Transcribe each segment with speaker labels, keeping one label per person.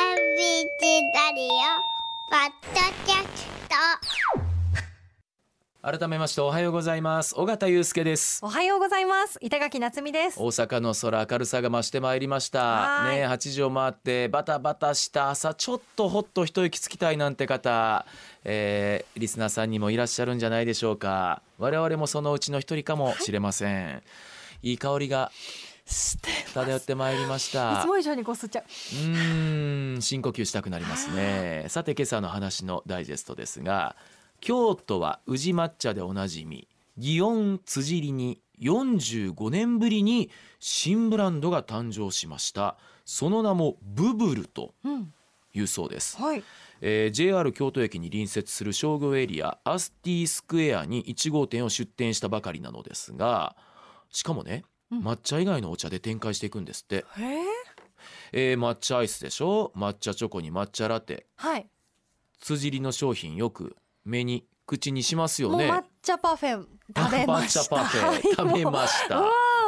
Speaker 1: チラリオポッドキャスト
Speaker 2: 改めましておはようございます尾形祐介です
Speaker 3: おはようございます板垣夏美です
Speaker 2: 大阪の空明るさが増してまいりました
Speaker 3: はーい
Speaker 2: ねえ8時を回ってバタバタした朝ちょっとほっと一息つきたいなんて方、えーリスナーさんにもいらっしゃるんじゃないでしょうか我々もそのうちの一人かもしれません、い、い香りが
Speaker 3: して
Speaker 2: 漂ってまいりまし
Speaker 3: い
Speaker 2: た
Speaker 3: つも以上にこう吸っちゃう
Speaker 2: うーん深呼吸したくなりますねさて今朝の話のダイジェストですが京都は宇治抹茶でおなじみ祇園辻りに45年ぶりに新ブランドが誕生しましたその名もブブルと
Speaker 3: うん
Speaker 2: いうそうです、
Speaker 3: はい
Speaker 2: えー JR 京都駅に隣接する商業エリアアスティスクエアに1号店を出店したばかりなのですがしかもね
Speaker 3: うん
Speaker 2: 抹茶以外のお茶で展開していくんですって
Speaker 3: へえ
Speaker 2: えー抹茶アイスでしょ抹茶チョコに抹茶ラテ
Speaker 3: はい
Speaker 2: 辻りの商品よく目に口にします
Speaker 3: も
Speaker 2: よ
Speaker 3: う
Speaker 2: ね
Speaker 3: 抹茶パフェ食べました
Speaker 2: 抹茶パフェ食べました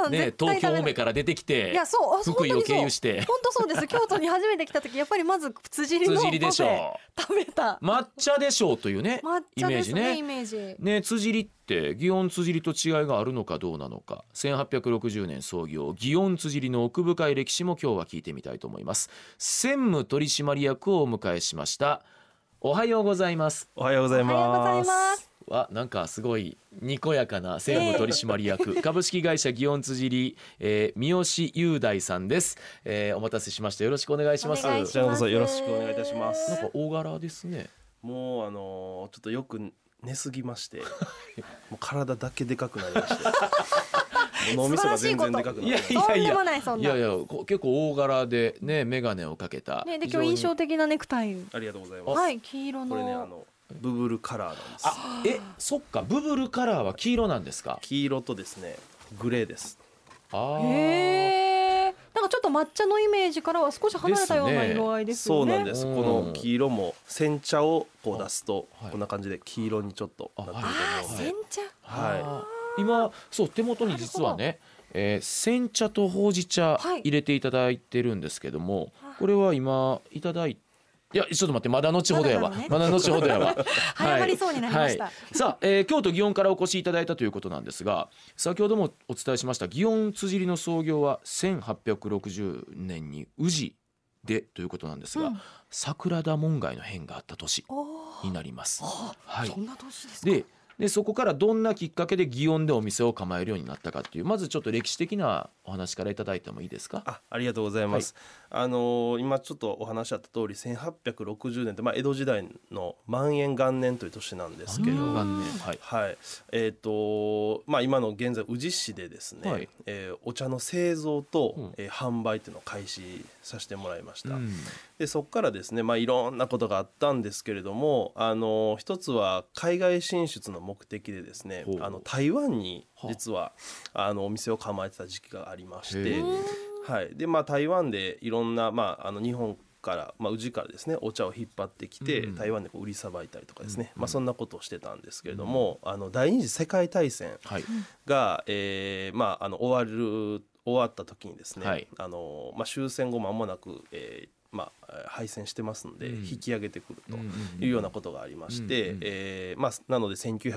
Speaker 3: た
Speaker 2: ね東京方面から出てき
Speaker 3: い
Speaker 2: て
Speaker 3: やそうあそう
Speaker 2: 福井を
Speaker 3: 本
Speaker 2: 経
Speaker 3: 当にそう
Speaker 2: 由して
Speaker 3: 本当そうです京都に初めて来た時やっぱり まず辻りのパフ
Speaker 2: 辻りで
Speaker 3: ェ
Speaker 2: しょ
Speaker 3: 食べた
Speaker 2: う抹茶でしょうというね
Speaker 3: 抹
Speaker 2: イ
Speaker 3: 茶
Speaker 2: メー
Speaker 3: で
Speaker 2: ジ
Speaker 3: すね
Speaker 2: ね
Speaker 3: イメージ
Speaker 2: ね辻りって祇園辻りと違いがあるのかどうなのか1860年創業祇園辻りの奥深い歴史も今日は聞いてみたいと思います専務取締役をお迎えしましたおはようございます
Speaker 4: おはようござい
Speaker 3: おはようござい
Speaker 4: ま
Speaker 3: ます
Speaker 4: す。
Speaker 2: はなんかすごいにこやかな専務取締役、株式会社祇園辻り、えー、三好雄大さんです、えー、お待たせしましたよろしくお願いします
Speaker 3: お願い
Speaker 4: こ
Speaker 3: し
Speaker 4: ちらこそよろしくお願いいたしま
Speaker 2: なん
Speaker 4: す
Speaker 2: か。大柄ですね
Speaker 4: もうあのーちょっとよく寝すぎまして、もう体だけでかくなりました。もう脳みそが全然でかくなってます
Speaker 2: い
Speaker 3: と
Speaker 2: やい
Speaker 3: ん
Speaker 2: や
Speaker 3: でもないそん
Speaker 2: い
Speaker 3: な
Speaker 2: やいやこ結構大柄でね眼鏡をかけた、
Speaker 3: ねで
Speaker 2: 非
Speaker 3: 今
Speaker 2: 常
Speaker 3: 日
Speaker 2: に
Speaker 3: 印象的なネクタイ
Speaker 4: ありがとうございます。
Speaker 3: はい黄色
Speaker 4: これねあ
Speaker 3: の
Speaker 4: のブブルカラーなんです。
Speaker 2: あえそっかブブルカラーは黄色なんですか
Speaker 4: 黄色とですね、グレーです。
Speaker 2: あー
Speaker 3: へえ。なんかちょっと抹茶のイメージからは少し離れたような色合いです
Speaker 4: そ
Speaker 3: よ
Speaker 4: う
Speaker 3: ね。
Speaker 4: なんです。
Speaker 2: う
Speaker 4: こ
Speaker 2: ん
Speaker 4: の黄色も煎茶をこう出すと
Speaker 2: あはい
Speaker 4: こんな感じで黄色にちょっとなってると思い
Speaker 3: ああ、
Speaker 4: ます。
Speaker 3: 煎茶。
Speaker 4: は
Speaker 2: あー今そう手元に実はね、えー、煎茶とほうじ茶
Speaker 3: はい
Speaker 2: 入れていただいてるんですけども、
Speaker 3: はい
Speaker 2: これは今いただいいやちょっと待ってまだ後ほどやわ
Speaker 3: ま
Speaker 2: まだ
Speaker 3: だなのね
Speaker 2: 後ほどやわ
Speaker 3: 早まりそうになりました
Speaker 2: いさあ、えー京都祇園からお越しいただいたということなんですが先ほどもお伝えしました祇園辻りの創業は1860年に宇治でということなんですが、
Speaker 3: うん
Speaker 2: 桜田門外の変があった年
Speaker 3: おお。
Speaker 2: になります。は
Speaker 3: そんな年ですか。
Speaker 2: ででそこからどんなきっかけで祇園でお店を構えるようになったかっていうまずちょっと歴史的なお話からいただいてもいいですか
Speaker 4: あありがとうございます、あのー今ちょっとお話あった通り1860年って、まあ、江戸時代の万延元年という年なんですけど、
Speaker 3: 万延元
Speaker 2: 年はい
Speaker 4: はいえーとまあ、今の現在宇治市でですね、
Speaker 2: はい
Speaker 4: えーお茶の製造と、
Speaker 2: うん
Speaker 4: えー販売っていうのを開始させてもらいました、
Speaker 2: うん
Speaker 4: でそこからですね、まあ、いろんなことがあったんですけれども、あのー一つは海外進出の目的でですね
Speaker 2: ほう
Speaker 4: あの台湾に
Speaker 2: はあ
Speaker 4: 実はあのお店を構えてた時期がありまし
Speaker 2: へ
Speaker 4: て
Speaker 2: え。
Speaker 4: はい、でまあ台湾でいろんな、まあ、あの日本から、まあ、宇治からですねお茶を引っ張ってきて、
Speaker 2: うん
Speaker 4: 台湾でこう売りさばいたりとかですね、
Speaker 2: うん
Speaker 4: まあ、そんなことをしてたんですけれども、あの第二次世界大戦
Speaker 2: はい
Speaker 4: が、えーまあ、あの終わる終わった時にですね、
Speaker 2: はい
Speaker 4: あのまあ、終戦後間もなく、えーまあ、敗戦してますので、
Speaker 2: うん
Speaker 4: 引き上げてくると。
Speaker 2: と
Speaker 4: いうようなことがありまして、
Speaker 2: うんうん
Speaker 4: えーまあ、なので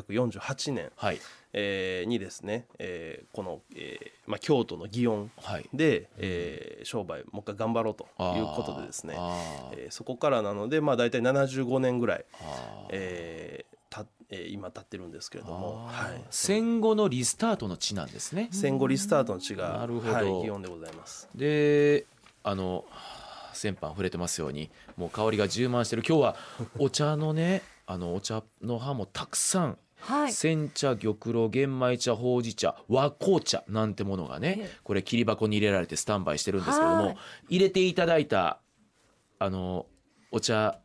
Speaker 4: 1948年、
Speaker 2: はい
Speaker 4: えーにですね、えーこの、えーまあ、京都の祇園
Speaker 2: はい
Speaker 4: で、えー商売もう一回頑張ろうと
Speaker 2: あー
Speaker 4: いうことでですね、
Speaker 2: あー
Speaker 4: えーそこからなので、まあ、大体75年ぐらい、
Speaker 2: あー
Speaker 4: えーたえー今経ってるんですけれども、
Speaker 2: あ
Speaker 4: は
Speaker 2: ー
Speaker 4: い、
Speaker 2: 戦後のリスタートの地なんですね
Speaker 4: 戦後リスタートの地が、
Speaker 2: なるほど
Speaker 4: はい、祇園でございます。
Speaker 2: であの先般触れてますようにもう香りが充満してる今日はお茶のねあのお茶の葉もたくさん
Speaker 3: はい。
Speaker 2: 煎茶玉露玄米茶ほうじ茶和紅茶なんてものが
Speaker 3: え
Speaker 2: ね
Speaker 3: え
Speaker 2: これ切り箱に入れられてスタンバイしてるんですけど
Speaker 3: は
Speaker 2: も
Speaker 3: い
Speaker 2: 入れていただいたあのお茶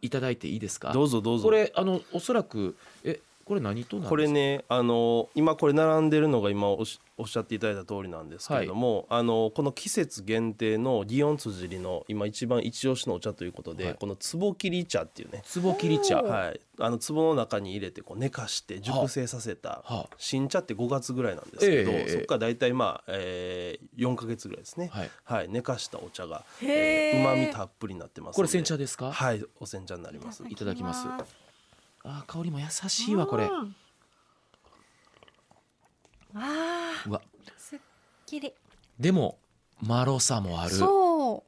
Speaker 2: いただいていいですか
Speaker 4: どうぞどうぞ
Speaker 2: これあのおそらくえこれ何となんですか
Speaker 4: これねあの今これ並んでるのが今おしおっしゃっていただいた通りなんですけれども、あのこの季節限定の祇園辻りの今一番一押しのお茶ということで、
Speaker 2: はい
Speaker 4: この壺切り茶っていうね、
Speaker 2: 壺切り茶
Speaker 3: おー
Speaker 2: は
Speaker 4: はい、あの壺の中に入れてこう寝かして熟成させた
Speaker 2: は
Speaker 4: 新茶って5月ぐらいなんですけど、
Speaker 2: ええ
Speaker 4: そこから大体まあ、えー、4か月ぐらいですね、
Speaker 2: はい
Speaker 4: 寝かしたお茶がうま、
Speaker 3: へー
Speaker 4: えー旨味たっぷりになってます
Speaker 2: これ煎茶
Speaker 4: で
Speaker 2: ですか、
Speaker 4: はいお煎茶になります
Speaker 2: いただきます
Speaker 3: いただき
Speaker 2: あー香りも優しいわこれ
Speaker 3: うんあ
Speaker 2: うわ
Speaker 3: ーすっきり
Speaker 2: でもまろさもある
Speaker 3: そう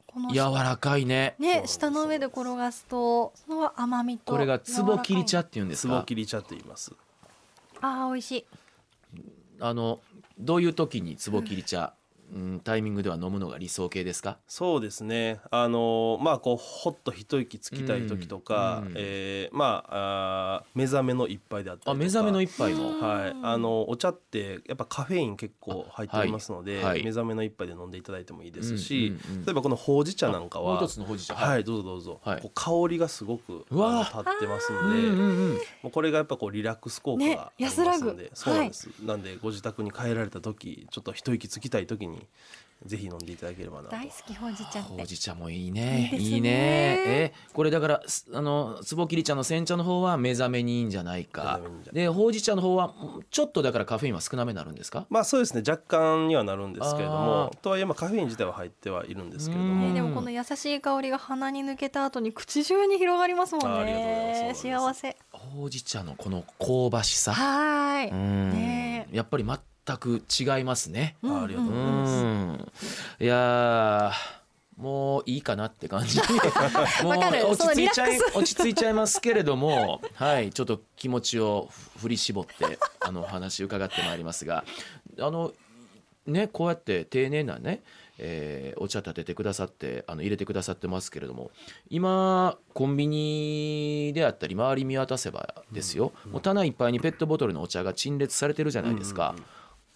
Speaker 3: この
Speaker 2: 柔らかいね
Speaker 3: ね舌の上で転がすとその甘みと
Speaker 2: これが壺切り茶
Speaker 3: あ
Speaker 2: っていうんです
Speaker 4: 壺
Speaker 2: か
Speaker 4: 切り茶と言います
Speaker 3: あー美味しい
Speaker 2: あのどういう時に壺切り茶、うん、タイミングでは飲むのが理想形ですか
Speaker 4: そうですねあのまあこうほっと一息つきたい時とか、
Speaker 2: うん
Speaker 4: えーまああー目覚めの一杯であったりとか
Speaker 2: あ目覚めの一杯も
Speaker 3: うん
Speaker 4: はい、あのお茶ってやっぱカフェイン結構入っておりますので、
Speaker 2: はいはい
Speaker 4: 目覚めの一杯で飲んでいただいてもいいですし、
Speaker 2: うんうんうん
Speaker 4: 例えばこのほうじ茶なんか
Speaker 2: もう
Speaker 4: は
Speaker 2: 一つのほうじ茶
Speaker 4: はい、どうぞどうぞ、
Speaker 2: はい
Speaker 4: こう香りがすごくあ
Speaker 2: うわ
Speaker 4: の
Speaker 2: ー
Speaker 4: 立ってます
Speaker 2: うん
Speaker 4: ので、
Speaker 2: うんうん
Speaker 4: もうこれがやっぱこうリラックス効果
Speaker 3: ね
Speaker 4: があります
Speaker 3: 安ら
Speaker 4: ので、
Speaker 3: ぐ
Speaker 4: そうなんです、なんでご自宅に帰られた時ちょっと一息つきたい時にぜひ飲んでいただければなと
Speaker 3: 大好きほうじ茶って
Speaker 2: ほうじ茶もいいねい
Speaker 3: いい
Speaker 2: い
Speaker 3: です
Speaker 2: ね
Speaker 3: ね
Speaker 2: えこれだからすあの壺切り茶の煎茶の方は目覚めにいいんじゃないか
Speaker 4: 目覚めにいいんじゃな
Speaker 2: でほうじ茶の方はうんちょっとだからカフェインは少なめになるんですか
Speaker 4: まあそうですね若干にはなるんですけれど
Speaker 2: あ
Speaker 4: もとはいえまあカフェイン自体は入ってはいるんですけれど
Speaker 2: うん
Speaker 4: も
Speaker 3: ねでもこの優しい香りが鼻に抜けた後に口中に広がりますもん
Speaker 4: あありがとうござい
Speaker 3: ね
Speaker 4: ます
Speaker 3: 幸せ
Speaker 2: ほうじ茶のこの香ばしさ
Speaker 3: はーい、
Speaker 2: うん
Speaker 3: ね
Speaker 2: やっぱり全く違いますね
Speaker 3: うん
Speaker 4: あありがとう
Speaker 2: う
Speaker 4: ございます
Speaker 2: んいやーもういいかなって感 じもう
Speaker 3: わかる
Speaker 2: 落ち着いちゃい
Speaker 3: そのリラック
Speaker 2: 落ち着いちゃいますけれども はいちょっと気持ちを振り絞ってあのお話伺ってまいりますがあのねこうやって丁寧なね、えーお茶立ててくださってあの入れてくださってますけれども今コンビニであったり周り見渡せばですよ、もう棚いっぱいにペットボトルのお茶が陳列されてるじゃないですか。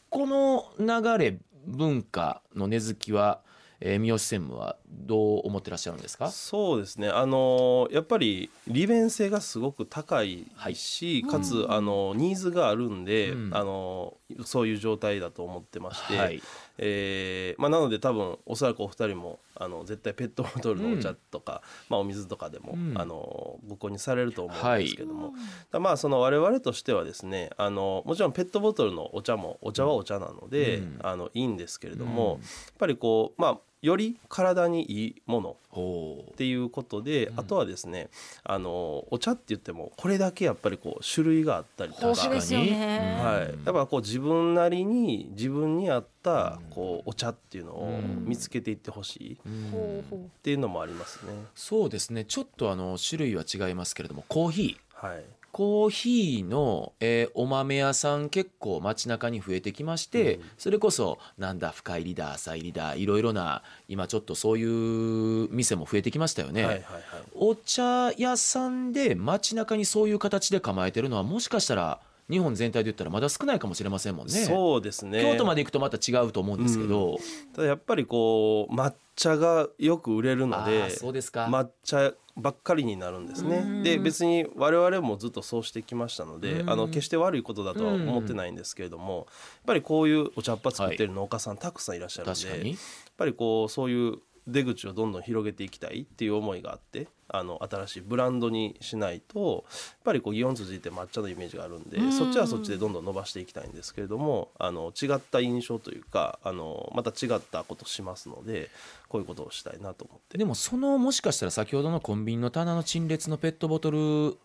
Speaker 2: この流れ文化の根付きは、えー、三好専務はどう思ってらっしゃるんですか
Speaker 4: そうですねあのやっぱり利便性がすごく高い
Speaker 2: はい
Speaker 4: し、かつ、あのニーズがあるんで、
Speaker 2: うん
Speaker 4: あのそういう状態だと思ってまして、
Speaker 2: はい
Speaker 4: えーまあ、なので多分おそらくお二人もあの絶対ペットボトルのお茶とか、まあ、お水とかでも、
Speaker 2: うん
Speaker 4: あのご購入されると思うんですけども、
Speaker 3: うん
Speaker 4: だまあその我々としてはですねあのもちろんペットボトルのお茶もお茶はお茶なので、
Speaker 2: うん
Speaker 4: あのいいんですけれども、
Speaker 2: うん
Speaker 4: やっぱりこうまあより体にいいもの
Speaker 2: お
Speaker 4: っていうことで、あとはですねあのお茶って言ってもこれだけやっぱりこう種類があったりとか。
Speaker 3: 豊富ですよね
Speaker 4: はい、
Speaker 2: は
Speaker 4: やっ
Speaker 2: い、
Speaker 4: ぱこう自分なりに自分に合った
Speaker 2: うん
Speaker 4: こうお茶っていうのを
Speaker 2: うん
Speaker 4: 見つけていってほしいっ
Speaker 2: うん
Speaker 3: ほうほ
Speaker 4: ていうのもありますね。
Speaker 2: そうですねちょっとあの種類は違いますけれどもコーヒー
Speaker 4: はい、
Speaker 2: コーヒーの、えーお豆屋さん結構街中に増えてきまして、
Speaker 4: うん
Speaker 2: それこそなんだ深入りだ浅入りだいろいろな今ちょっとそういう店も増えてきましたよね、
Speaker 4: はいはいはい。
Speaker 2: お茶屋さんで街中にそういう形で構えてるのはもしかしたら日本全体で言ったらまだ少ないかもしれませんもんね。
Speaker 4: そうですね。
Speaker 2: 京都まで行くとまた違うと思うんですけど、
Speaker 4: ただやっぱりこう抹茶がよく売れるの
Speaker 2: あー
Speaker 4: で
Speaker 2: そうですか。
Speaker 4: 抹茶ばっかりになるんで
Speaker 2: う
Speaker 4: す
Speaker 2: ん
Speaker 4: ねで別に我々もずっとそうしてきましたので
Speaker 2: うん
Speaker 4: あの決して悪いことだとは思ってないんですけれどもやっぱりこういうお茶っ葉作ってる農家さんたくさんいらっしゃるので、
Speaker 2: 確か
Speaker 4: やっ
Speaker 2: に。
Speaker 4: ぱりこうそういう出口をどんどん広げていきたいっていう思いがあってあの新しいブランドにしないとやっぱりこう祇園辻って抹茶のイメージがあるんで
Speaker 3: うん
Speaker 4: そっちはそっちでどんどん伸ばしていきたいんですけれどもあの違った印象というかあのまた違ったことしますのでこういうことをしたいなと思って。
Speaker 2: でもそのもしかしたら先ほどのコンビニの棚の陳列のペットボトル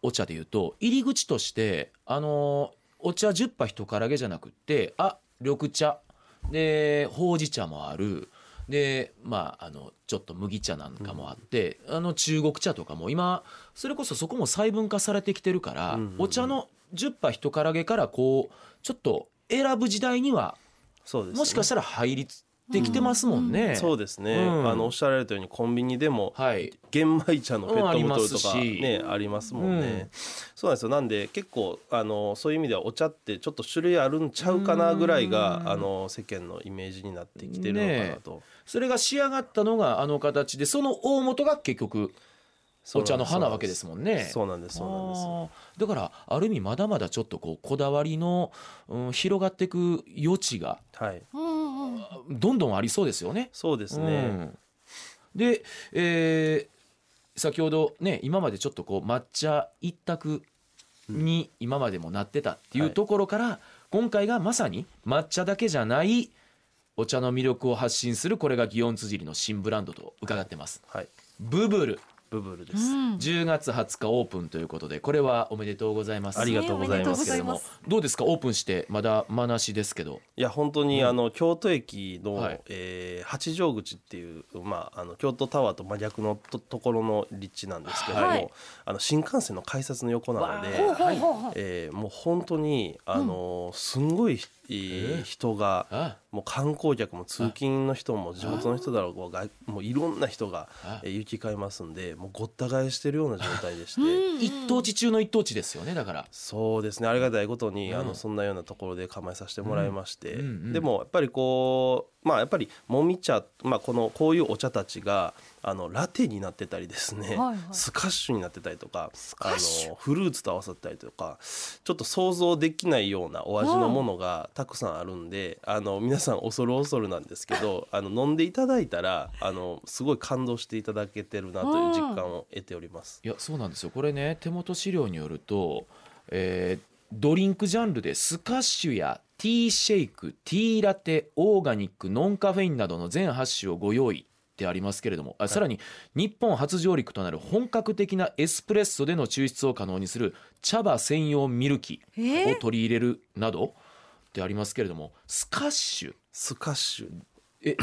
Speaker 2: お茶でいうと入り口としてあのお茶10杯一からげじゃなくってあ緑茶でほうじ茶もあるでまああのちょっと麦茶なんかもあって、あの中国茶とかも今それこそそこも細分化されてきてるから、
Speaker 4: うんうんうん
Speaker 2: お茶の10杯一からげからこうちょっと選ぶ時代には
Speaker 4: そうですね
Speaker 2: もしかしたら入りつってきてますもんね。
Speaker 4: そうですね、
Speaker 2: うん
Speaker 4: あのおっしゃられたようにコンビニでも
Speaker 2: はい
Speaker 4: 玄米茶のペットボトルとか
Speaker 2: うんありますし
Speaker 4: ね、ありますもんね、
Speaker 2: うん
Speaker 4: そうなんですよなんで結構あのそういう意味ではお茶ってちょっと種類あるんちゃうかなぐらいが、
Speaker 2: うん
Speaker 4: あの世間のイメージになってきてるのかなと、
Speaker 2: それが仕上がったのがあの形でその大元が結局お茶の葉なわけですすもんね。
Speaker 4: そうなんですそうなんです
Speaker 2: あーだからある意味まだまだちょっとこうこだわりの、うん、広がっていく余地が
Speaker 4: はい
Speaker 3: うんうん。
Speaker 2: どんどんありそうですよね。
Speaker 4: そうですね、
Speaker 2: うんで、えー先ほどね今までちょっとこう抹茶一択に今までもなってたっていう
Speaker 4: はい
Speaker 2: ところから、今回がまさに抹茶だけじゃないお茶の魅力を発信するこれが祇園辻りの新ブランドと伺ってます。
Speaker 4: はい
Speaker 2: ブブル
Speaker 4: ブブルで
Speaker 3: う
Speaker 4: す、
Speaker 3: ん
Speaker 2: 10月20日オープンということでこれはおめでとうございます。
Speaker 4: ありがとうございます
Speaker 2: けれども
Speaker 3: ねおめでとうござい
Speaker 2: どうですかオープンしてまだまなしですけど。
Speaker 4: いや本当に、
Speaker 2: うん
Speaker 4: あの京都駅の、
Speaker 2: はい
Speaker 4: えー八丈口っていう、まあ、あの京都タワーと真逆のとところの立地なんですけども、
Speaker 3: はい
Speaker 4: あの新幹線の改札の横なので、
Speaker 3: ほうほうほうほう。
Speaker 4: えーもう本当にあの、すんごい、えー
Speaker 2: えー
Speaker 4: 人が
Speaker 2: あ
Speaker 4: もう観光客も通勤の人も地元の人だろうこう外もういろんな人が
Speaker 2: あ
Speaker 4: えー行き交いますんでもうごった返してるような状態 でして。
Speaker 3: うん
Speaker 2: 一等地中の一等地ですよねだから。
Speaker 4: そうですねありがたいことに、
Speaker 2: うん
Speaker 4: あのそんなようなところで構えさせてもらいまして、
Speaker 2: うんうんうん
Speaker 4: でもやっぱりこうまあやっぱりもみ茶、まあ、このこういうお茶たちがあのラテになってたりですね、
Speaker 3: はいはい
Speaker 4: スカッシュになってたりとか
Speaker 3: カッシュ
Speaker 4: あのフルーツと合わさったりとかちょっと想像できないようなお味のものがたくさんあるんで、あの皆さん恐る恐るなんですけどあの飲んでいただいたらあのすごい感動していただけてるなという実感を得ております。
Speaker 2: いやそうなんですよこれね手元資料によると、えードリンクジャンルでスカッシュやティーシェイクティーラテオーガニックノンカフェインなどの全8種をご用意でありますけれどもあさらに日本初上陸となる本格的なエスプレッソでの抽出を可能にする茶葉専用ミルキを
Speaker 3: えー
Speaker 2: 取り入れるなどでありますけれどもスカッシュ
Speaker 4: スカッシュ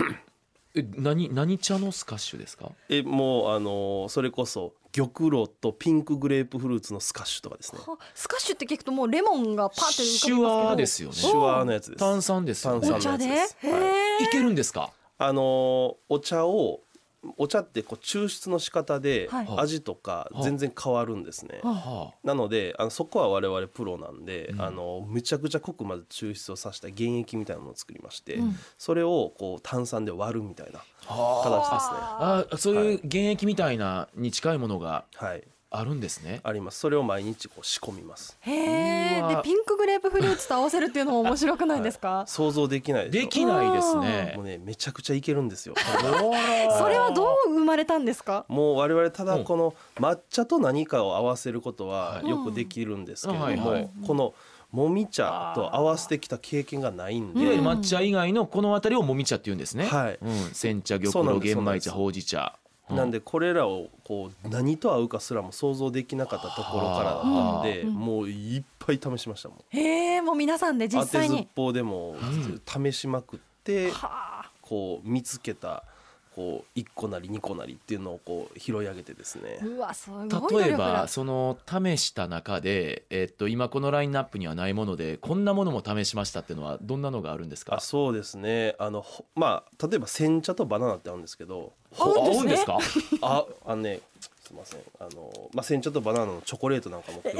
Speaker 2: え何何茶のスカッシュですか
Speaker 4: えもうあのーそれこそ玉露とピンクグレープフルーツのスカッシュとかですね
Speaker 3: はスカッシュって聞くともうレモンがパッて浮かびますけど。
Speaker 2: シュワーですよね
Speaker 4: シュワーのやつです
Speaker 2: 炭酸ですよね
Speaker 4: 炭酸
Speaker 3: お茶で。
Speaker 4: 炭酸のやつですはい
Speaker 3: へ
Speaker 2: い
Speaker 3: ー
Speaker 2: けるんですか
Speaker 4: あのーお茶をお茶ってこう抽出の仕方で
Speaker 3: はい
Speaker 4: 味とか全然変わるんですね、
Speaker 3: は
Speaker 2: はあ
Speaker 4: なのであのそこは我々プロなんで、
Speaker 2: うん
Speaker 4: あのめちゃくちゃ濃くまで抽出をさせた原液みたいなものを作りまして、
Speaker 3: うん
Speaker 4: それをこう炭酸で割るみたいな
Speaker 2: は
Speaker 4: 形
Speaker 2: あ
Speaker 4: ですね
Speaker 2: あそう
Speaker 4: は
Speaker 2: いう
Speaker 4: い
Speaker 2: 現役みたいなに近いものが
Speaker 4: はい
Speaker 2: あるんですね。
Speaker 4: ありますそれを毎日こう仕込みます。
Speaker 3: へ
Speaker 2: う
Speaker 3: え。
Speaker 2: わ
Speaker 3: でピンクグレープフルーツと合わせるっていうのも面白くないですか
Speaker 4: 想像できないでし
Speaker 2: で
Speaker 4: ょ
Speaker 2: きないですね
Speaker 4: もう。ねめちゃくちゃいけるん ですよ
Speaker 3: そ
Speaker 2: そ
Speaker 3: れはどう生まれたんですか。
Speaker 4: もう我々ただ
Speaker 2: うん
Speaker 4: この抹茶と何かを合わせることは
Speaker 2: はい
Speaker 4: よくできるんですけれど
Speaker 2: はい
Speaker 4: も、
Speaker 2: はい
Speaker 4: このもみ茶と合わせてきた経験がないん
Speaker 2: いわゆ
Speaker 4: で、
Speaker 2: る抹茶以外のこの辺りをもみ茶って言うんですね。
Speaker 4: はい
Speaker 2: うん、煎茶、玉
Speaker 4: そうな
Speaker 2: 露、
Speaker 4: んです
Speaker 2: 玄米茶、ほうじ茶。う
Speaker 4: なんでこれらをこう何と合うかすらも想像できなかったところからだったんで、
Speaker 3: うん
Speaker 4: もういっぱい試しましたもん。
Speaker 3: へえ。もう皆さんで実
Speaker 4: 当て
Speaker 3: 際
Speaker 4: ずっ
Speaker 3: に。
Speaker 4: ぽうでも試しまくって、
Speaker 3: はあ。
Speaker 4: こう見つけたこう1個なり2個なりっていうのをこう拾い上げてですね。
Speaker 3: うわすごい努力だ。
Speaker 2: 例えばその試した中で、えっと今このラインナップにはないものでこんなものも試しましたっていうのはどんなのがあるんですか
Speaker 4: あ。そうですねあのほまあ例えば煎茶とバナナってあるんですけど
Speaker 3: 合うんですね
Speaker 2: 合うんですか。
Speaker 4: あ、あのね、すみません。あの、まあ、煎茶とバナナのチョコレートなんかも。今日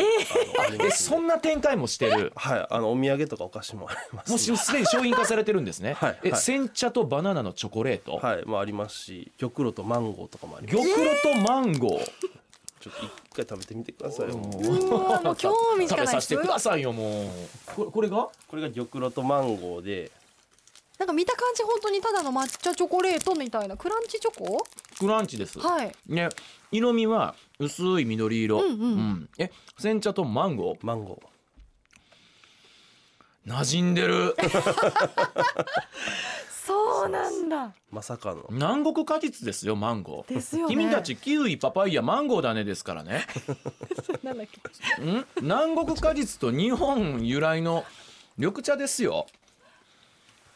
Speaker 4: あのありま
Speaker 2: え
Speaker 4: す
Speaker 2: そんな展開も してる。
Speaker 4: はい、あの、お土産とかお菓子もあります。
Speaker 2: もうすでに商品化されてるんですね。
Speaker 4: はいはい
Speaker 2: え煎茶とバナナのチョコレート。
Speaker 4: はい、まあ、ありますし、玉露とマンゴーとかもあります。
Speaker 2: 玉露とマンゴー。
Speaker 4: ちょっと一回食べてみてください。
Speaker 2: うん
Speaker 3: うわもう興味し
Speaker 2: 食
Speaker 3: か
Speaker 2: べ
Speaker 3: ない
Speaker 2: させてくださいよもうこれこれが
Speaker 4: これが玉露とマンゴーで、
Speaker 3: なんか見た感じ本当にただの抹茶チョコレートみたいなクランチチョコ？
Speaker 2: クランチです、
Speaker 3: はい。
Speaker 2: ね色味は薄い緑色、
Speaker 3: うんうん
Speaker 2: え煎茶とマンゴ
Speaker 4: マンゴ
Speaker 2: ー馴染んで る
Speaker 3: そうなんだ。
Speaker 4: ー、まさかの。
Speaker 2: 南国果実ですよマンゴー
Speaker 3: ですよね。
Speaker 2: 君たちキウイパパイヤマンゴーだねですから ね
Speaker 3: なんだっけ。
Speaker 2: ん南国果実と日本由来の緑茶ですよ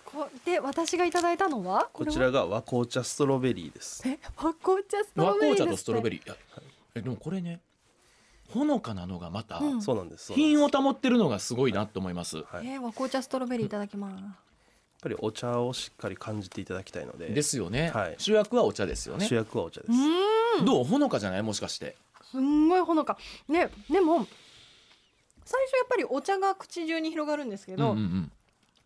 Speaker 3: こで私がいただいたのは
Speaker 4: こ
Speaker 3: れは
Speaker 4: ちらが和紅茶ストロベリーです。
Speaker 3: え和紅茶スト
Speaker 2: 和
Speaker 3: ロベリー
Speaker 2: 紅
Speaker 3: です、ね、
Speaker 2: 茶とストロベリーいやえでもこれねほのかなのがまた、
Speaker 3: うん
Speaker 4: そうなんです。そうなんで
Speaker 2: 品を保ってるのがすごいなと思います、
Speaker 4: すはい、やっ
Speaker 3: えー和紅茶ストロベリーいただきます、
Speaker 4: ぱりお茶をしっかり感じていただきたいので。
Speaker 2: ですよね、
Speaker 4: はい
Speaker 2: 主役はお茶ですよね
Speaker 4: 主役はお茶で
Speaker 3: う
Speaker 4: す。
Speaker 3: ん
Speaker 2: どうほのかじゃないもしかして
Speaker 3: すんごいほのかねでも最初やっぱりお茶が口中に広がるんですけど、
Speaker 2: うんうんうん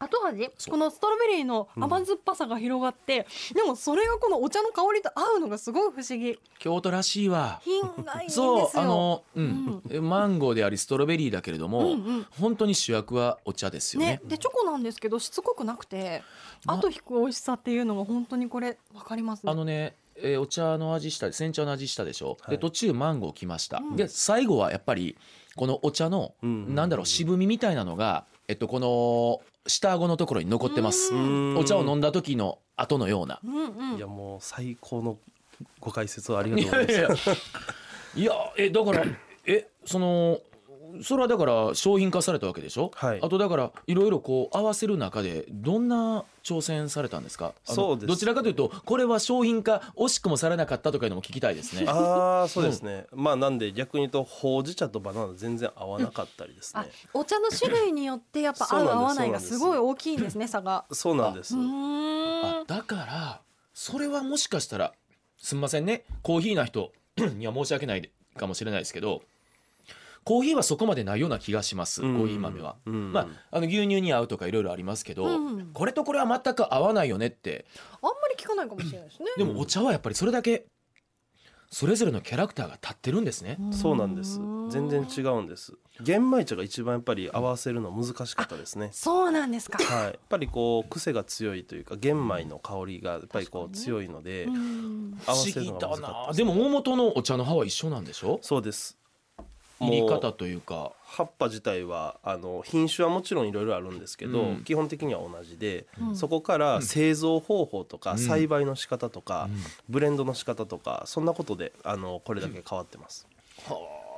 Speaker 3: 後味
Speaker 2: そう
Speaker 3: このストロベリーの甘酸っぱさが広がって、でもそれがこのお茶の香りと合うのがすごい不思議
Speaker 2: 京都らしいわ
Speaker 3: 品がいいんですよ
Speaker 2: そうあの、うんマンゴーでありストロベリーだけれども、
Speaker 3: うんうん
Speaker 2: 本当に主役はお茶ですよね
Speaker 3: ね、でチョコなんですけどしつこくなくて
Speaker 2: な
Speaker 3: 後引く美味しさっていうのが本当にこれわかりますね
Speaker 2: あのね、えーお茶の味した煎茶の味したでしょ、
Speaker 4: は
Speaker 2: で
Speaker 4: い
Speaker 2: 途中マンゴー来ました、
Speaker 3: うん
Speaker 2: で最後はやっぱりこのお茶の、
Speaker 4: うん
Speaker 2: なんだろう渋みみたいなのが、えっと、この下顎のところに残ってます、
Speaker 4: うん
Speaker 2: お茶を飲んだ時の後のような
Speaker 3: うんうん
Speaker 4: いやもう最高のご解説をありがと
Speaker 2: いう
Speaker 4: ござ
Speaker 2: や
Speaker 4: い
Speaker 2: い
Speaker 4: ます。
Speaker 2: やいやえだからえそのそれはだから商品化されたわけでしょ、
Speaker 4: はい
Speaker 2: あとだからいろいろこう合わせる中でどんな挑戦されたんですかあの
Speaker 4: そうです
Speaker 2: どちらかというとこれは商品化惜しくもされなかったとかいうのも聞きたいですね
Speaker 4: ああそうですね、まあなんで逆に言うとほうじ茶とバナナ全然合わなかったりですね
Speaker 3: あ、お茶の種類によってやっぱ合う
Speaker 4: そうなんです
Speaker 3: 合わないが
Speaker 4: そうなんです
Speaker 3: すごい大きいんですね差が。
Speaker 4: そうなんです
Speaker 3: うー
Speaker 2: あ
Speaker 3: ん
Speaker 2: だからそれはもしかしたらすみませんねコーヒーな人 には申し訳ないかもしれないですけどコーヒーはそこまでないような気がします、
Speaker 4: うん
Speaker 2: コーヒー豆は。
Speaker 4: うん
Speaker 2: まあ、あの牛乳に合うとかいろいろありますけど、
Speaker 3: うん
Speaker 2: これとこれは全く合わないよねって
Speaker 3: あんまり聞かないかもしれないですね。
Speaker 2: でもお茶はやっぱりそれだけそれぞれのキャラクターが立ってるんですね。
Speaker 4: そうなんです
Speaker 3: うーん
Speaker 4: 全然違うんです玄米茶が一番やっぱり合わせるの難しかったですね
Speaker 3: そうなんですか。
Speaker 4: はい、やっぱりこう癖が強いというか玄米の香りがやっぱり
Speaker 3: 確か
Speaker 4: こう
Speaker 3: にね
Speaker 4: 強いので
Speaker 3: うーん
Speaker 2: 不
Speaker 4: 合わ
Speaker 2: 思
Speaker 4: せる
Speaker 2: 議
Speaker 4: のが
Speaker 2: だ
Speaker 4: 難しか
Speaker 2: な
Speaker 4: った
Speaker 2: でも大元のお茶の葉は一緒なんでしょ
Speaker 4: そうです
Speaker 2: 入り
Speaker 4: も
Speaker 2: 方
Speaker 4: う
Speaker 2: というか
Speaker 4: 葉っぱ自体はあの品種はもちろんいろいろあるんですけど、
Speaker 2: うん
Speaker 4: 基本的には同じで、
Speaker 3: うん
Speaker 4: そこから製造方法とか、
Speaker 2: うん
Speaker 4: 栽培の仕方とか、
Speaker 2: うん
Speaker 4: ブレンドの仕方とかそんなことであのこれだけ変わってます。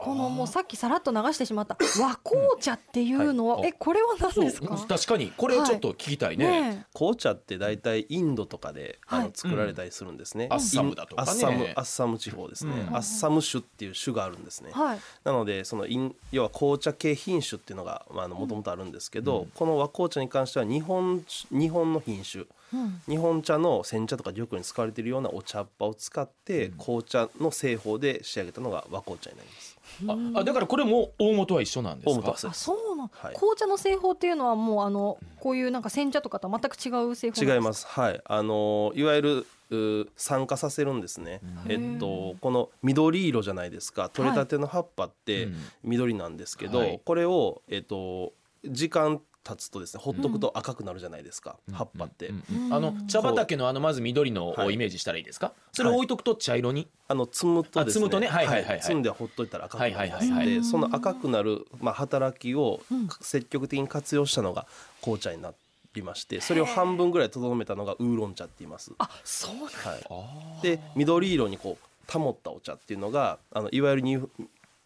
Speaker 3: このもうさっきさらっと流してしまった和紅茶っていうのは、
Speaker 2: うんはい
Speaker 3: えこれは何
Speaker 2: そう
Speaker 3: ですか。
Speaker 2: 確かにこれちょっと聞きたいね。
Speaker 3: ね
Speaker 4: 紅茶って大体インドとかで、あ
Speaker 3: はい
Speaker 4: の作られたりするんですね。
Speaker 2: アッサムだとかね
Speaker 4: インアッサムアッサム地方ですね、
Speaker 2: うん
Speaker 4: アッサム種っていう種があるんですね。
Speaker 3: えはい。
Speaker 4: なのでそのイン要は紅茶系品種っていうのがもともとあるんですけど、この和紅茶に関しては日本日本の品種
Speaker 3: うん
Speaker 4: 日本茶の煎茶とかよくに使われているようなお茶っ葉を使って紅茶の製法で仕上げたのが和紅茶になります。
Speaker 2: ああだからこれも大元は一緒なんですか
Speaker 4: 大元はそう
Speaker 3: あ
Speaker 4: です
Speaker 3: そうなん、
Speaker 4: はい
Speaker 3: 紅茶の製法っていうのはもうあのこういうなんか煎茶とかとは全く違う製法
Speaker 4: 違いますす。はい、あのーいわゆるうー酸化させるんですね。えっとこの緑色じゃないですか。取れたての葉っぱっ
Speaker 2: う
Speaker 4: て
Speaker 2: ん
Speaker 4: 緑なんですけど、
Speaker 2: はい
Speaker 4: これをえっと時間経つとですね、ほっとくと赤くなるじゃないですか。葉っぱって、
Speaker 2: うんうんうんあの茶畑のあのまず緑のを
Speaker 4: はい
Speaker 2: イメージしたらいいですか、それを置いとくと茶色に、
Speaker 4: あの摘むとですね。
Speaker 2: あ摘むとねはいはいはいはい
Speaker 4: 摘んでほっといたら赤くなりますの
Speaker 2: は
Speaker 4: で、
Speaker 2: いはいはい
Speaker 3: はい
Speaker 4: その赤くなるまあ働きを
Speaker 3: うん
Speaker 4: 積極的に活用したのが紅茶になりまして、それを半分ぐらいとどめたのがウーロン茶って言います。
Speaker 3: あそうなん
Speaker 4: はい。
Speaker 2: あ
Speaker 4: で緑色にこう保ったお茶っていうのがあのいわゆるに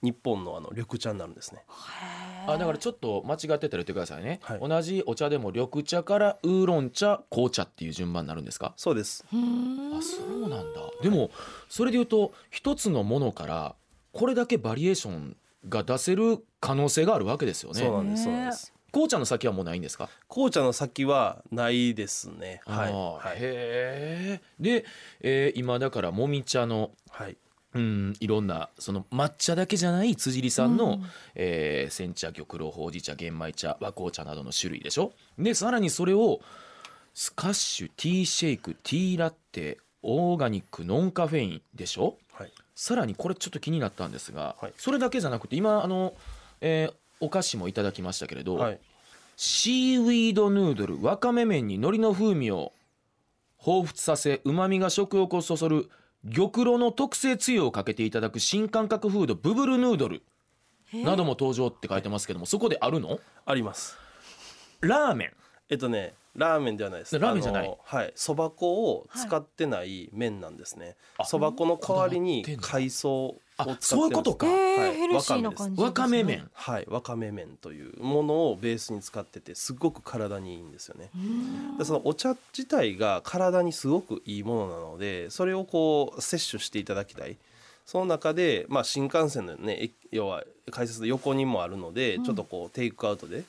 Speaker 4: 日本のあの緑茶になるんですね。
Speaker 2: だからちょっと間違ってたら言ってくださいね、
Speaker 4: はい
Speaker 2: 同じお茶でも緑茶からウーロン茶紅茶っていう順番になるんですか
Speaker 4: そうです。
Speaker 3: うーん
Speaker 2: あそうなんだでもそれで言うと一つのものからこれだけバリエーションが出せる可能性があるわけですよ
Speaker 4: そう
Speaker 2: ね
Speaker 4: なんで
Speaker 3: ね
Speaker 4: す。そうなんです。
Speaker 2: 紅茶の先はもうないんですか
Speaker 4: 紅茶の先はないですね。は
Speaker 2: あ
Speaker 4: い。
Speaker 2: ー
Speaker 4: はい。
Speaker 2: へえで、えー今だからもみ茶の
Speaker 4: はい。
Speaker 2: うん、いろんなその抹茶だけじゃない辻里さんの、
Speaker 3: うん
Speaker 2: えー煎茶玉露ほうじ茶玄米茶和紅茶などの種類でしょでさらにそれをスカッシュティーシェイクティーラッテオーガニックノンカフェインでしょ
Speaker 4: はい。
Speaker 2: さらにこれちょっと気になったんですが、
Speaker 4: はい
Speaker 2: それだけじゃなくて今あの、えーお菓子もいただきましたけれど、
Speaker 4: はい。
Speaker 2: シーウィードヌードルわかめ麺に海苔の風味を彷彿させうまみが食欲をそそる玉露の特製つゆをかけていただく新感覚フードブブルヌードル
Speaker 3: へえ
Speaker 2: なども登場って書いてますけどもそこであるの
Speaker 4: あります。
Speaker 2: ラーメン
Speaker 4: えっとね、ラーメンではないです。
Speaker 2: ラーメンじゃない
Speaker 4: あのはい。そば粉を使ってない麺なんですね
Speaker 2: あ。
Speaker 4: そば粉の代わりに
Speaker 2: こだわってんだ
Speaker 4: 海藻を使って
Speaker 2: あ
Speaker 4: ます
Speaker 2: そういうことか
Speaker 3: へえ
Speaker 4: はい
Speaker 3: ヘルシーな感じですね
Speaker 2: わかめ麺
Speaker 4: はい、わかめ麺というものをベースに使っててすごく体にいいんですよね。でそのお茶自体が体にすごくいいものなのでそれをこう摂取していただきたい。その中で、まあ、新幹線のねえ要は解説の横にもあるので、ちょっとこうテイクアウトで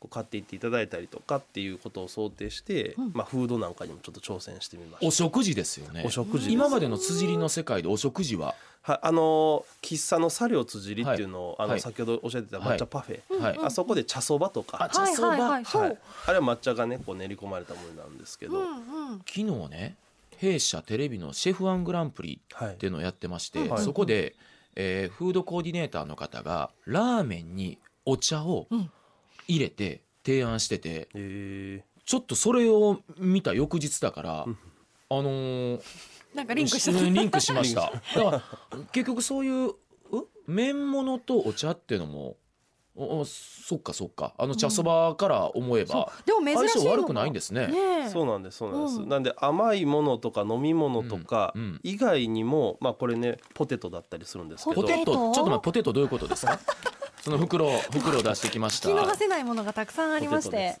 Speaker 4: こう買っていっていただいたりとかっていうことを想定して、まあ、フードなんかにもちょっと挑戦してみました
Speaker 2: お食事ですよね
Speaker 4: お食事です
Speaker 2: 今までの辻りの世界でお食事は、
Speaker 4: はい、あの喫茶の茶寮辻りっていうのを、
Speaker 2: はい
Speaker 4: あ
Speaker 2: は
Speaker 4: の
Speaker 2: い
Speaker 4: 先ほどおっしゃってた抹茶パフェ、
Speaker 2: はい
Speaker 4: あそこで茶そばと
Speaker 2: あ
Speaker 4: か、
Speaker 2: 茶そば
Speaker 3: はいはいはい、そ
Speaker 4: は
Speaker 3: う、
Speaker 4: い、あれは抹茶がねこう練り込まれたものなんですけど、
Speaker 3: うんうん
Speaker 2: 昨日ね弊社テレビの「シェフワングランプリ」
Speaker 4: はい
Speaker 2: っていうのをやってまして、
Speaker 3: はい
Speaker 2: そこで、えーフードコーディネーターの方がラーメンにお茶を
Speaker 3: うん
Speaker 2: 入れて提案してて
Speaker 4: え
Speaker 2: ちょっとそれを見た翌日だから。あのー
Speaker 3: なんかリンクして
Speaker 2: う
Speaker 3: た
Speaker 2: んリンクしましただから結局そういうう麺物とお茶っていうのもおおそっかそっかあの茶そばから思えば、
Speaker 3: でも珍
Speaker 2: 相
Speaker 3: しいの
Speaker 2: 性
Speaker 3: が
Speaker 2: 悪くないんですね
Speaker 3: ね
Speaker 4: ー
Speaker 3: え
Speaker 4: そうなんですそうなんです、
Speaker 3: うん
Speaker 4: なんで甘いものとか飲み物とか
Speaker 2: うんうん
Speaker 4: 以外にも、まあこれねポテトだったりするんですけ
Speaker 2: ポ
Speaker 4: ど
Speaker 2: テトち
Speaker 3: ポテ
Speaker 2: ょ
Speaker 3: ト
Speaker 2: っと待ってポテトどういうことです かその袋を袋を出してきました
Speaker 3: 聞き逃せないものがたくさんありまし
Speaker 4: ポテ
Speaker 3: て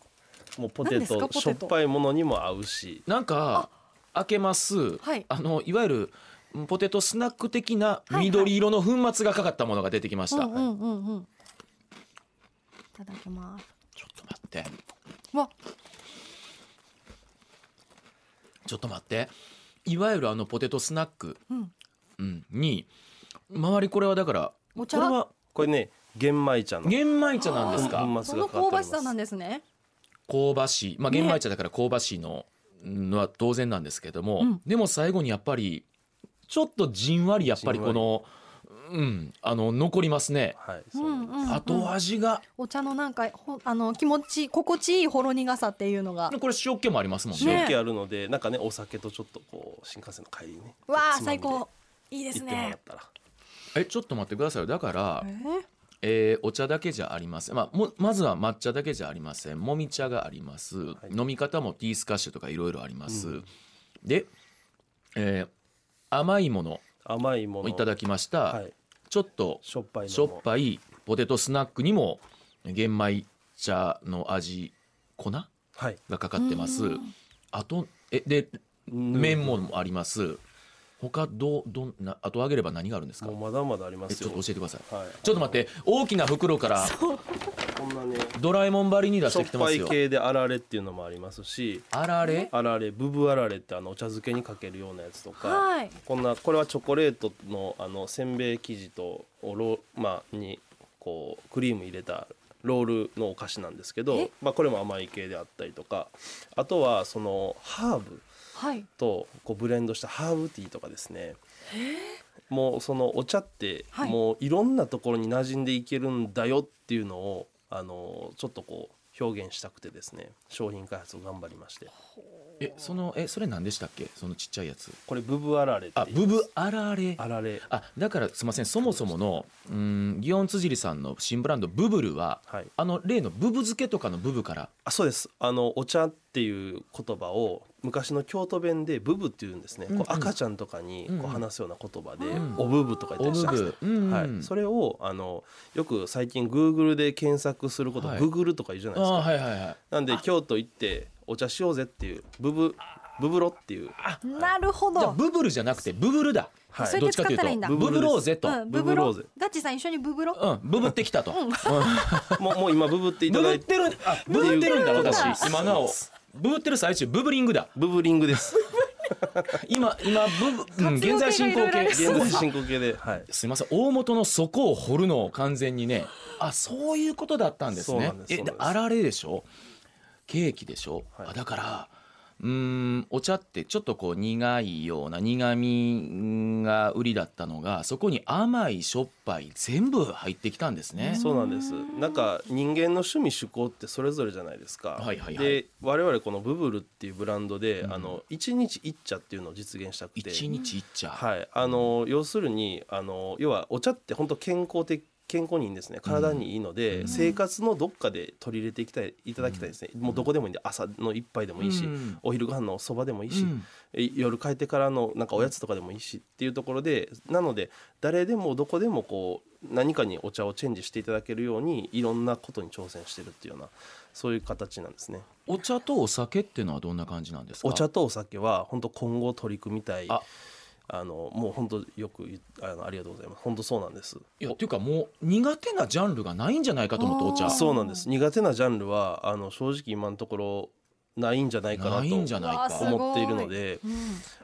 Speaker 4: トですもうポテ
Speaker 3: 何ですかポ
Speaker 4: ト
Speaker 3: テト
Speaker 4: しょっぱいものにも合うし
Speaker 2: なんか開けます、
Speaker 3: はい
Speaker 2: あのいわゆるんポテトスナック的な
Speaker 3: はい
Speaker 2: 緑色の粉末がかかったものが出てきました、
Speaker 3: うんうんうんうんいただきます
Speaker 2: ちょっと待って
Speaker 3: わ
Speaker 2: ちょっと待っていわゆるあのポテトスナック、
Speaker 3: うん
Speaker 2: うん、に周りこれはだから
Speaker 3: お茶
Speaker 2: これは
Speaker 4: これね玄米茶の
Speaker 2: 玄米茶なんですか
Speaker 4: 粉
Speaker 3: そ
Speaker 4: 末が
Speaker 3: の
Speaker 4: かか
Speaker 3: 香
Speaker 4: ってお
Speaker 3: ば
Speaker 4: り
Speaker 3: しさ
Speaker 4: ま
Speaker 3: なん
Speaker 4: す
Speaker 3: ですね
Speaker 2: 香ばしい、まあ、
Speaker 3: ね
Speaker 2: 玄米茶だから香ばしいののは当然なんですけども、
Speaker 3: うん
Speaker 2: でも最後にやっぱりちょっとじんわりやっぱりこのうんあの残りますね
Speaker 4: はい、
Speaker 3: う
Speaker 4: そうなん
Speaker 3: ん
Speaker 4: です
Speaker 3: うんうん
Speaker 2: 後味が
Speaker 3: お茶のなんかほあの気持ち心地いいほろ苦さっていうのが
Speaker 2: これ塩気もありますもんね
Speaker 4: 塩
Speaker 3: ね
Speaker 4: 気あるので、なんかねお酒とちょっとこう新幹線の帰りにね
Speaker 3: わあ
Speaker 4: つま
Speaker 3: 最
Speaker 4: みで
Speaker 3: 高いいです
Speaker 4: 行ってもら
Speaker 3: ね
Speaker 4: ったら
Speaker 2: えちょっと待ってくださいよだから
Speaker 3: え、
Speaker 2: えーお茶だけじゃありません、まあ、もまずは抹茶だけじゃありませんもみ茶があります、
Speaker 4: い
Speaker 2: 飲み方もティースカッシュとかいろいろあります、
Speaker 4: うん
Speaker 2: で、えー甘いもの
Speaker 4: 甘いも
Speaker 2: を
Speaker 4: の
Speaker 2: いただきました、
Speaker 4: はい
Speaker 2: ちょっと
Speaker 4: しょっぱいのも
Speaker 2: しょっぱいポテトスナックにも玄米茶の味粉が
Speaker 4: はい
Speaker 2: かかってます、
Speaker 3: うん
Speaker 2: あとえで麺もあります他どうどんなあと揚げれば何があるんですか
Speaker 4: もうまだまだありま
Speaker 2: え
Speaker 4: す
Speaker 2: ちょ
Speaker 4: よ
Speaker 2: っと教えてください
Speaker 4: はい
Speaker 2: ちょっと待って大きな袋から
Speaker 4: こんなね
Speaker 2: ドラえもんばりに出し
Speaker 4: しょ
Speaker 2: て
Speaker 4: っ
Speaker 2: きてま
Speaker 4: ぱ
Speaker 2: す
Speaker 4: い
Speaker 2: よ
Speaker 4: 系であられっていうのもありますし
Speaker 2: あられ
Speaker 4: あられブブあられってあのお茶漬けにかけるようなやつとか、
Speaker 3: はい
Speaker 4: こんなこれはチョコレートのあのせんべい生地とおろまあにこうクリーム入れたロールのお菓子なんですけど
Speaker 3: え、
Speaker 4: まあ、これも甘い系であったりとかあとはそのハーブ
Speaker 3: はい
Speaker 4: とこうブレンドしたハーブティーとかですねもうそのお茶って
Speaker 3: はい
Speaker 4: もういろんなところに馴染んでいけるんだよっていうのをあのちょっとこう表現したくてですね商品開発を頑張りまして
Speaker 2: えそのえそれ何でしたっけそのちっちゃいやつ
Speaker 4: これブブアラレって
Speaker 2: あ
Speaker 4: い
Speaker 2: ブ
Speaker 4: う
Speaker 2: ブあられ
Speaker 4: あられ
Speaker 2: あだからすみませんそもそものうん祇園辻さんの新ブランドブブルは
Speaker 4: はい
Speaker 2: あの例のブブ漬けとかのブブから
Speaker 4: あそうですあのお茶っていう言葉を昔の京都弁でブブっていうんですね、
Speaker 2: うんうん
Speaker 4: こう赤ちゃんとかに
Speaker 2: うんう
Speaker 4: こ
Speaker 2: ん
Speaker 4: う話すような言葉で、
Speaker 2: うん
Speaker 4: おブブとか言
Speaker 2: お
Speaker 4: ったりし
Speaker 2: ブ
Speaker 4: たんです
Speaker 2: ブ、
Speaker 4: ね
Speaker 2: うん
Speaker 4: はい
Speaker 2: うん、
Speaker 4: それをあのよく最近グーグルで検索すること、
Speaker 2: はい
Speaker 4: グーグルとか言うじゃない
Speaker 2: あ
Speaker 4: ですか、
Speaker 2: あはいはいはい
Speaker 4: なんで京都行ってお茶しようぜっていうブブブブロっていう
Speaker 3: なるほ
Speaker 2: じゃあ
Speaker 3: ど
Speaker 2: ブブルじゃなくてブブルだ、
Speaker 4: はい
Speaker 3: それ
Speaker 2: どっ
Speaker 3: で
Speaker 2: ちか
Speaker 3: 使っ
Speaker 2: という
Speaker 3: たらいいんだ
Speaker 2: とブブローゼと、う
Speaker 3: うんんブブ
Speaker 4: ブブロ
Speaker 3: ロ
Speaker 4: ーゼ
Speaker 3: ガッチさん一緒にブブロ
Speaker 2: ブブってきたと、
Speaker 3: うん
Speaker 4: もうもう今ブブっていた
Speaker 2: ブ
Speaker 4: だ
Speaker 2: ブっ
Speaker 4: いて
Speaker 2: てるあブブってるんだ
Speaker 4: ブブってるんだ
Speaker 2: 私今なおブブってる最中ブブリングだ
Speaker 4: ブブリングです
Speaker 2: 今今ブブ、うん、
Speaker 3: 活用
Speaker 2: 現
Speaker 3: 形が
Speaker 2: 在進行
Speaker 3: いろいろあり
Speaker 2: 形
Speaker 3: ます
Speaker 4: 現在進行形ではい
Speaker 2: すいません大元の底を掘るのを完全にねあそういうことだったんです
Speaker 4: そう
Speaker 2: ね
Speaker 4: なんです
Speaker 2: え
Speaker 4: そうなんです
Speaker 2: あられでしょケーキでしょ、
Speaker 4: はい
Speaker 2: あだからうーんお茶ってちょっとこう苦いような苦みが売りだったのがそこに甘いしょっぱい全部入ってきたんですね。
Speaker 4: そうなんですなんか人間の趣味趣向ってそれぞれじゃないですか、
Speaker 2: はいはいはい
Speaker 4: で我々このブブルっていうブランドで、
Speaker 2: ん
Speaker 4: あの1日1茶っていうのを実現したくて
Speaker 2: 一日一茶、
Speaker 4: はい、あの要するにあの要はお茶って本当健康的健康にいいんですね体にいいので、
Speaker 2: うん
Speaker 4: 生活のどっかで取り入れていきたいいただきたいですね、もうどこでもいいんで朝の一杯でもいいし、
Speaker 2: うん
Speaker 4: お昼ご飯のそばでもいいし、
Speaker 2: うん
Speaker 4: え夜帰ってからのなんかおやつとかでもいいしっていうところでなので誰でもどこでもこう何かにお茶をチェンジしていただけるようにいろんなことに挑戦してるっていうようなそういう形なんですね。
Speaker 2: お茶とお酒っていうのはどんな感じなんですか
Speaker 4: お茶とお酒は本当今後取り組みたい
Speaker 2: あ
Speaker 4: あのもう本当よく言うあのありがとうございます本当そうなんです
Speaker 2: いやっていうかもう苦手なジャンルがないんじゃないかと思ってお
Speaker 3: あ
Speaker 2: 茶
Speaker 3: ー
Speaker 4: そうなんです苦手なジャンルはあの正直今のところないんじゃないかな
Speaker 2: ないんじゃ
Speaker 4: と
Speaker 2: ない
Speaker 3: わあすご
Speaker 2: か
Speaker 3: い
Speaker 4: 思っているので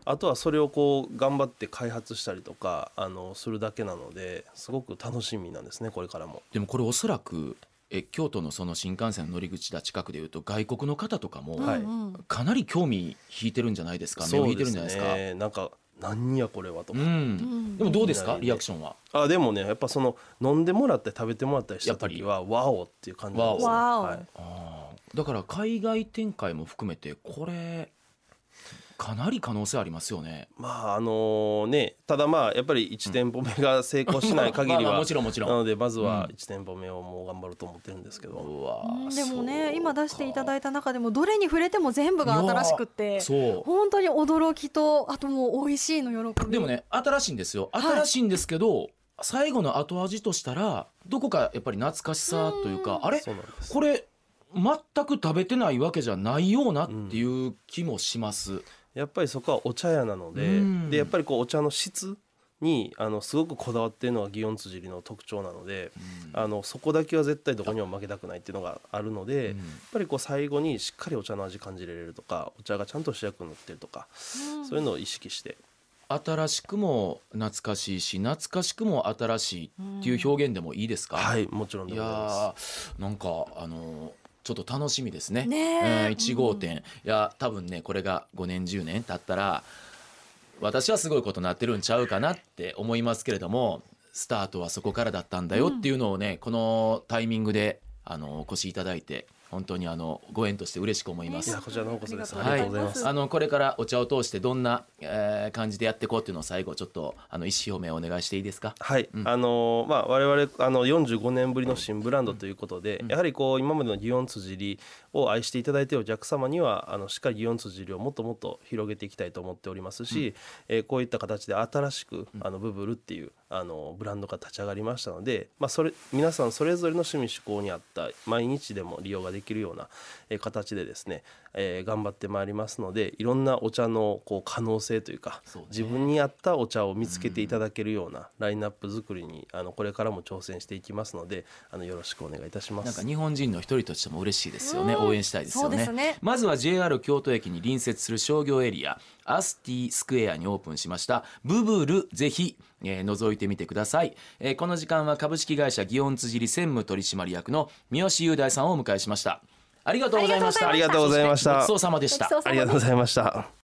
Speaker 4: あとはそれをこう頑張って開発したりとかあのするだけなのですごく楽しみなんですねこれからも。
Speaker 2: でもこれおそらくえ京都のその新幹線の乗り口だ近くでいうと外国の方とかも、
Speaker 4: はい
Speaker 3: うんうん
Speaker 2: かなり興味引いてるんじゃないですか目を引いてるんじゃないですか
Speaker 4: そうねなんか何やこれはと
Speaker 2: う
Speaker 4: か、
Speaker 2: んでもどうですか
Speaker 4: うん
Speaker 2: リアクションは
Speaker 4: あでもねやっぱその飲んでもらって食べてもらったりした時はワオっていう感じなんですね
Speaker 3: ワオ
Speaker 4: はい
Speaker 2: あーだから海外展開も含めてこれかなり可能性ありますよね
Speaker 4: まああのねただまあやっぱり1店舗目が成功しない限
Speaker 2: まあ
Speaker 4: り
Speaker 2: まあ
Speaker 4: は
Speaker 2: もちろんもちろん
Speaker 4: なのでまずは
Speaker 2: うん
Speaker 4: 1店舗目をもう頑張ろうと思ってるんですけど、
Speaker 2: うわ
Speaker 3: う
Speaker 2: ー
Speaker 3: んでも
Speaker 2: そう
Speaker 3: ね
Speaker 2: か
Speaker 3: 今出していただいた中でもどれに触れても全部が新しくって
Speaker 2: そう
Speaker 3: 本当に驚きとあともう美味しいの喜び
Speaker 2: でもね新しいんですよ
Speaker 3: い
Speaker 2: 新しいんですけど、最後の後味としたらどこかやっぱり懐かしさというか
Speaker 3: うん
Speaker 2: あれ
Speaker 4: そうなんです
Speaker 2: これ全く食べてないわけじゃないようなっていう気もします、
Speaker 4: やっぱりそこはお茶屋なので、
Speaker 2: うん
Speaker 4: でやっぱりこうお茶の質にあのすごくこだわってるのが祇園辻りの特徴なので、
Speaker 2: うん
Speaker 4: あのそこだけは絶対どこにも負けたくないっていうのがあるので、
Speaker 2: うん
Speaker 4: やっぱりこう最後にしっかりお茶の味感じられるとかお茶がちゃんと主役になってるとか、
Speaker 3: うん
Speaker 4: そういうのを意識して
Speaker 2: 新しくも懐かしいし懐かしくも新しいっていう表現でもいいですか、
Speaker 4: はいもちろんで
Speaker 2: い
Speaker 4: ご
Speaker 2: や
Speaker 4: ざいま
Speaker 2: ーなんかあのーちょっと楽しみですね。
Speaker 3: ねえ
Speaker 2: うん1号店、いや多分ねこれが5年10年経ったら私はすごいことになってるんちゃうかなって思いますけれどもスタートはそこからだったんだよっていうのをね、このタイミングであのお越しいただいて本当にあのご縁として嬉しく思いま
Speaker 4: い
Speaker 2: す
Speaker 4: や。こちらの方こそです
Speaker 3: ありがとうござい
Speaker 4: は
Speaker 3: ま
Speaker 4: い
Speaker 3: す
Speaker 2: あのこれからお茶を通してどんな、えー感じでやっていこうっていうのを最後ちょっとあの意思表明をお願いしていいですか。
Speaker 4: すはい、
Speaker 2: うん
Speaker 4: あのーまあ我々あの45年ぶりの新ブランドということで、やはりこう今までの祇園辻りを愛していただいているお客様にはあのしっかり祇園辻りをもっともっと広げていきたいと思っておりますし、えーこういった形で新しくあのブブルっていうあのブランドが立ち上がりましたので、まあ、それ皆さんそれぞれの趣味趣向に合った毎日でも利用ができるようなえー形でですね、えー頑張ってまいりますのでいろんなお茶のこう可能性というか
Speaker 2: そうね
Speaker 4: 自分に合ったお茶を見つけていただけるようなラインナップ作りにあのこれからも挑戦していきますのであのよろしくお願いいたしま
Speaker 2: なんか
Speaker 4: す。
Speaker 2: 日本人の一人としても嬉しいですよね、
Speaker 3: うん
Speaker 2: 応援したいですよね
Speaker 3: そうですね
Speaker 2: まずは JR 京都駅に隣接する商業エリアアスティスクエアにオープンしましたブブルぜひ、えー覗いてみてください、えーこの時間は株式会社祇園辻り専務取締役の三好雄大さんをお迎えしましたありがとうございました
Speaker 4: ありがとうございました
Speaker 2: ごちそうさまでした
Speaker 3: ごちそうさまでした
Speaker 4: ありがとうございました。